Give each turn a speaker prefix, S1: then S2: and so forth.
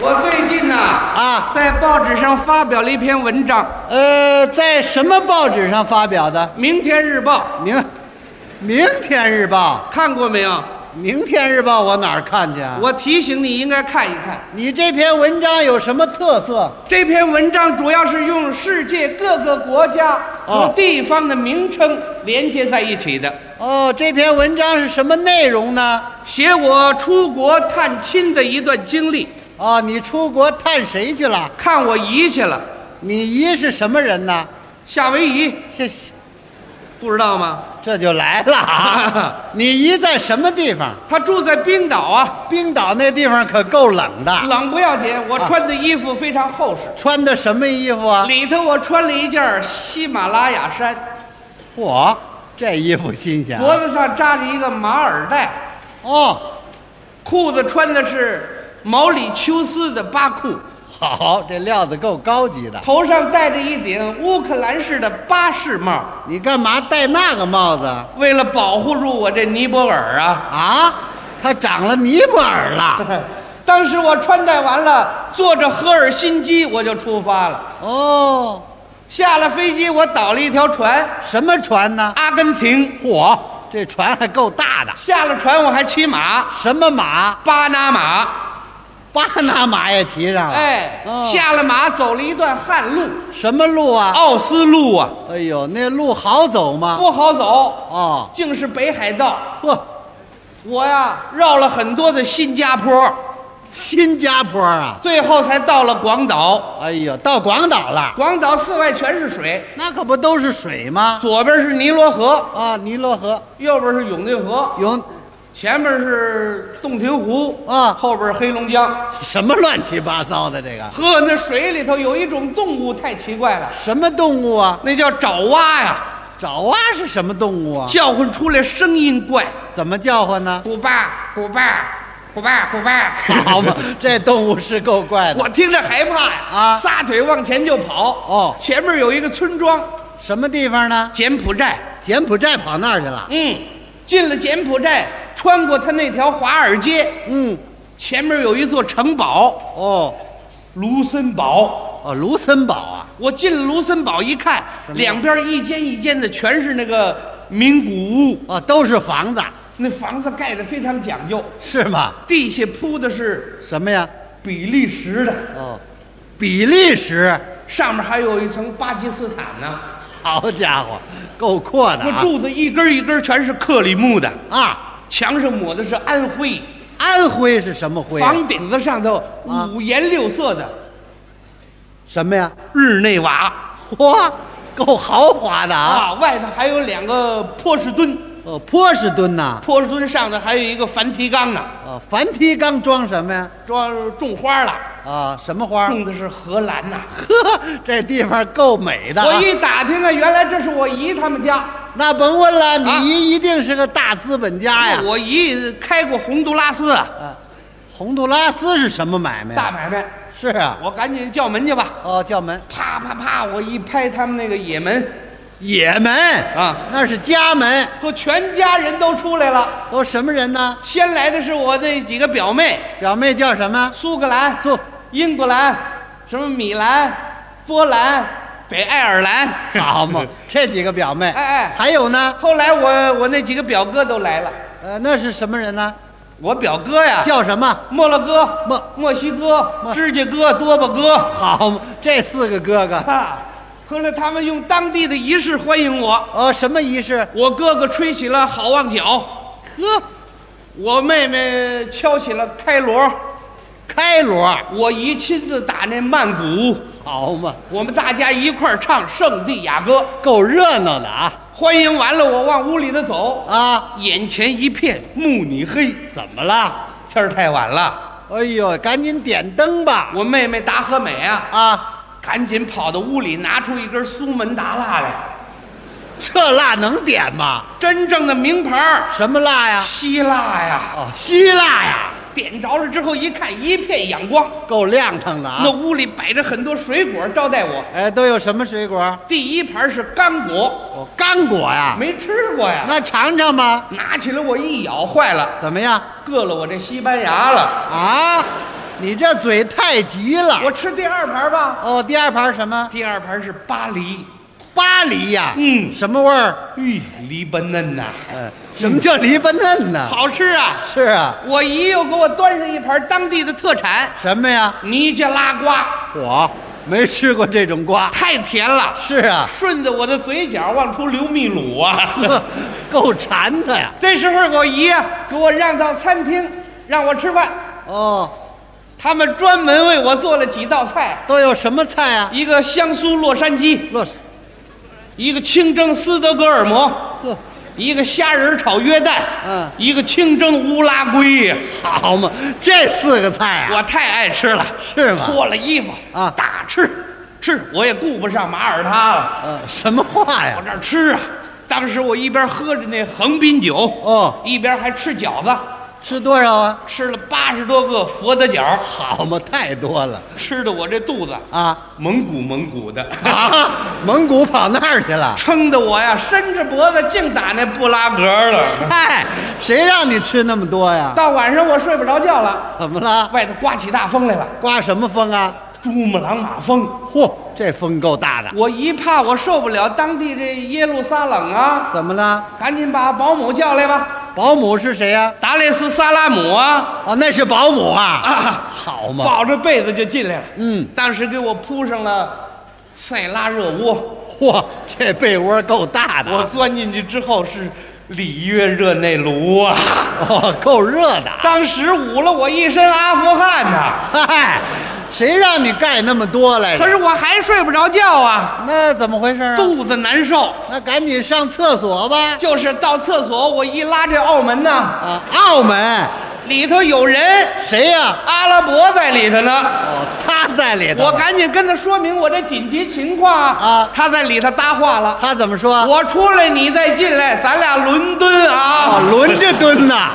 S1: 我最近呐
S2: 啊
S1: 在报纸上发表了一篇文章，
S2: 呃，在什么报纸上发表的？
S1: 《明天日报
S2: 明，明天日报》，，
S1: 看过没有？
S2: 明天日报我哪儿看去啊？
S1: 我提醒你应该看一看。
S2: 你这篇文章有什么特色？
S1: 这篇文章主要是用世界各个国家和
S2: 哦
S1: 地方的名称连接在一起的。
S2: 哦，这篇文章是什么内容呢？
S1: 写我出国探亲的一段经历，
S2: 哦，你出国探谁去了？
S1: 看我姨去了，
S2: 你姨是什么人呢？
S1: 夏威夷，
S2: 这
S1: 不知道吗？
S2: 这就来 了啊！你姨在什么地方？
S1: 她住在冰岛啊，
S2: 冰岛那地方可够冷的，
S1: 冷不要紧，我
S2: 啊
S1: 穿的衣服非常厚实，
S2: 穿的什么衣服啊？
S1: 里头我穿了一件喜马拉雅衫，
S2: 嚯，这衣服新鲜啊、
S1: 脖子上扎着一个马尔代，
S2: 哦，
S1: 裤子穿的是毛里求斯的巴裤，
S2: 好，这料子够高级的。
S1: 头上戴着一顶乌克兰式的巴士帽，
S2: 你干嘛戴那个帽子
S1: 为了保护住我这尼泊尔啊。
S2: 啊？他长了尼泊尔了。
S1: 当时我穿戴完了，坐着赫尔辛基我就出发了。
S2: 哦，
S1: 下了飞机，我倒了一条船，
S2: 什么船呢？
S1: 阿根廷。
S2: 嚯，这船还够大的。
S1: 下了船，我还骑马，
S2: 什么马？
S1: 巴拿马。
S2: 巴拿马也骑上了。
S1: 哎，
S2: 哦
S1: 下了马，走了一段旱路，
S2: 什么路啊？
S1: 奥斯陆啊，
S2: 哎呦，那路好走吗？
S1: 不好走，
S2: 哦，
S1: 竟是北海道。
S2: 呵，
S1: 我呀，绕了很多的新加坡，
S2: 新加坡啊！
S1: 最后才到了广岛。
S2: 哎呦，到广岛了，
S1: 广岛四外全是水，
S2: 那可不都是水吗？
S1: 左边是尼罗河，
S2: 啊，尼罗河
S1: 右边是永定河，
S2: 有
S1: 前面是洞庭湖
S2: 啊
S1: 后边是黑龙江。
S2: 什么乱七八糟的？这个
S1: 呵，那水里头有一种动物太奇怪了，
S2: 什么动物啊？
S1: 那叫爪哇呀，
S2: 爪哇是什么动物啊？
S1: 叫唤出来声音怪，
S2: 怎么叫唤呢？
S1: 古巴古巴古巴古巴，
S2: 好嘛，这动物是够怪的。
S1: 我听着害怕呀，
S2: 啊
S1: 撒腿往前就跑。
S2: 哦
S1: 前面有一个村庄，
S2: 什么地方呢？
S1: 柬埔寨。
S2: 柬埔寨跑那儿去了？
S1: 嗯，进了柬埔寨，穿过他那条华尔街，
S2: 嗯，
S1: 前面有一座城堡
S2: 哦，
S1: 卢森堡。
S2: 哦，卢森堡啊，
S1: 我进了卢森堡一看，
S2: 么
S1: 两边一间一间的全是那个名古屋，
S2: 哦，都是房子，
S1: 那房子盖得非常讲究，
S2: 是吗？
S1: 地下铺的是
S2: 什么呀？
S1: 比利时的，
S2: 哦，比利时，
S1: 上面还有一层巴基斯坦呢。
S2: 好家伙，够阔的
S1: 那
S2: 啊！
S1: 柱子一根一根全是克里木的，
S2: 啊，
S1: 墙上抹的是安徽，
S2: 安徽是什么徽啊、
S1: 房顶子上头
S2: 啊
S1: 五颜六色的
S2: 什么呀？
S1: 日内瓦
S2: 嚯，够豪华的
S1: 啊，
S2: 啊！
S1: 外头还有两个波士顿，
S2: 哦，波士顿呐、
S1: 波士顿上头还有一个梵蒂冈呢，
S2: 哦，梵蒂冈装什么呀？
S1: 装种花了，
S2: 啊，什么花？
S1: 种的是荷兰呐、
S2: 呵，这地方够美的、啊。
S1: 我一打听啊，原来这是我姨他们家。
S2: 那甭问了，
S1: 啊
S2: 你姨一定是个大资本家哎呀。
S1: 我姨开过洪都拉斯啊
S2: 啊，洪都拉斯是什么买哎卖呀？
S1: 大买卖，
S2: 是啊，
S1: 我赶紧叫门去吧。
S2: 哦，叫门，
S1: 啪啪啪，我一拍他们那个野门，
S2: 也门
S1: 啊，
S2: 那是家门，
S1: 说全家人都出来了。
S2: 都什么人呢？
S1: 先来的是我那几个表妹，
S2: 表妹叫什么？
S1: 苏格兰、
S2: 苏
S1: 英格兰、什么米兰、波兰、北爱尔兰。
S2: 好嘛，这几个表妹，
S1: 哎哎
S2: 还有呢，
S1: 后来我我那几个表哥都来了，
S2: 呃，那是什么人呢？
S1: 我表哥呀，
S2: 叫什么？
S1: 摩洛哥、
S2: 莫
S1: 墨西哥、
S2: 莫
S1: 指甲哥、多巴哥。
S2: 好嘛，这四个哥哥，
S1: 啊，后来他们用当地的仪式欢迎我，
S2: 哦，什么仪式？
S1: 我哥哥吹起了好望角，
S2: 呵，
S1: 我妹妹敲起了开锣，
S2: 开锣，
S1: 我姨亲自打那曼鼓，
S2: 好嘛，
S1: 我们大家一块儿唱《圣地亚哥》。
S2: 够热闹的啊
S1: 欢迎完了，我往屋里头走，
S2: 啊！
S1: 眼前一片慕尼黑，
S2: 怎么了？
S1: 天儿太晚了，
S2: 哎呦，赶紧点灯吧！
S1: 我妹妹达和美啊，
S2: 啊，
S1: 赶紧跑到屋里拿出一根苏门答腊来，
S2: 这蜡能点吗？
S1: 真正的名牌儿，
S2: 什么蜡呀？
S1: 希腊呀，
S2: 哦，希腊呀，
S1: 点着了之后一看，一片阳光。
S2: 够亮堂的啊
S1: 那！屋里摆着很多水果招待我。
S2: 哎，都有什么水果？
S1: 第一盘是干果，
S2: 哦，干果呀，
S1: 没吃过呀。
S2: 那尝尝吧。
S1: 拿起来我一咬，坏了，
S2: 怎么样？
S1: 硌了我这西班牙了。
S2: 啊，你这嘴太急了。
S1: 我吃第二盘吧。
S2: 哦，第二盘什么？
S1: 第二盘是巴黎，
S2: 巴黎呀、
S1: 嗯
S2: 什么味儿？
S1: 咦，梨巴嫩呐，
S2: 嗯，什么叫梨巴嫩呢？
S1: 好吃啊！
S2: 是啊，
S1: 我姨又给我端上一盘当地的特产
S2: 什么呀？
S1: 尼加拉瓜，
S2: 我没吃过这种瓜。
S1: 太甜了，
S2: 是啊，
S1: 顺着我的嘴角往出流秘鲁啊！
S2: 呵， 够馋的呀。
S1: 这时候我姨啊，给我让到餐厅，让我吃饭。
S2: 哦，
S1: 他们专门为我做了几道菜，
S2: 都有什么菜啊？
S1: 一个香酥洛杉矶，
S2: 洛，
S1: 一个清蒸斯德哥尔摩，
S2: 呵，
S1: 一个虾仁炒约旦，
S2: 嗯
S1: 一个清蒸乌拉圭呀。
S2: 好嘛，这四个菜啊，
S1: 我太爱吃了，
S2: 是吗
S1: 脱了衣服
S2: 啊
S1: 大吃吃，我也顾不上马耳他了，
S2: 呃，什么话
S1: 我
S2: 呀？
S1: 这儿吃啊。当时我一边喝着那横滨酒，
S2: 哦，
S1: 一边还吃饺子，
S2: 吃多少啊？
S1: 吃了八十多个佛的饺，
S2: 好嘛，太多了
S1: 吃的我这肚子
S2: 啊
S1: 蒙鼓蒙鼓的，
S2: 啊！蒙古跑那儿去了？
S1: 撑得我呀伸着脖子净打那布拉格了。
S2: 嗨，谁让你吃那么多呀？
S1: 到晚上我睡不着觉了，
S2: 怎么了？
S1: 外头刮起大风来了，
S2: 刮什么风啊？
S1: 珠穆朗玛峰。
S2: 嚯，这风够大的。
S1: 我一怕我受不了当地这耶路撒冷啊，
S2: 怎么了？
S1: 赶紧把保姆叫来吧。
S2: 保姆是谁呀、
S1: 达雷斯·萨拉姆啊，
S2: 哦，那是保姆啊。
S1: 啊
S2: 好嘛。
S1: 抱着被子就进来了。
S2: 嗯，
S1: 当时给我铺上了塞拉热窝，
S2: 嚯，这被窝够大的
S1: 我
S2: 啊。
S1: 钻进去之后是里约热内卢啊，
S2: 哦，够热的啊。
S1: 当时捂了我一身阿富汗呐、
S2: 嗨，谁让你盖那么多来
S1: 可
S2: 着？
S1: 是我还睡不着觉啊，
S2: 那怎么回事啊？
S1: 肚子难受。
S2: 那赶紧上厕所吧。
S1: 就是到厕所，我一拉这澳门呐，
S2: 啊，澳门
S1: 里头有人，
S2: 谁呀、
S1: 阿拉伯在里头呢。
S2: 哦，他在里头。
S1: 我赶紧跟他说明我这紧急情况
S2: 啊
S1: 他在里头搭话了。
S2: 他怎么说？
S1: 我出来，你再进来，咱俩伦敦
S2: 哦
S1: 啊！
S2: 轮着蹲呐。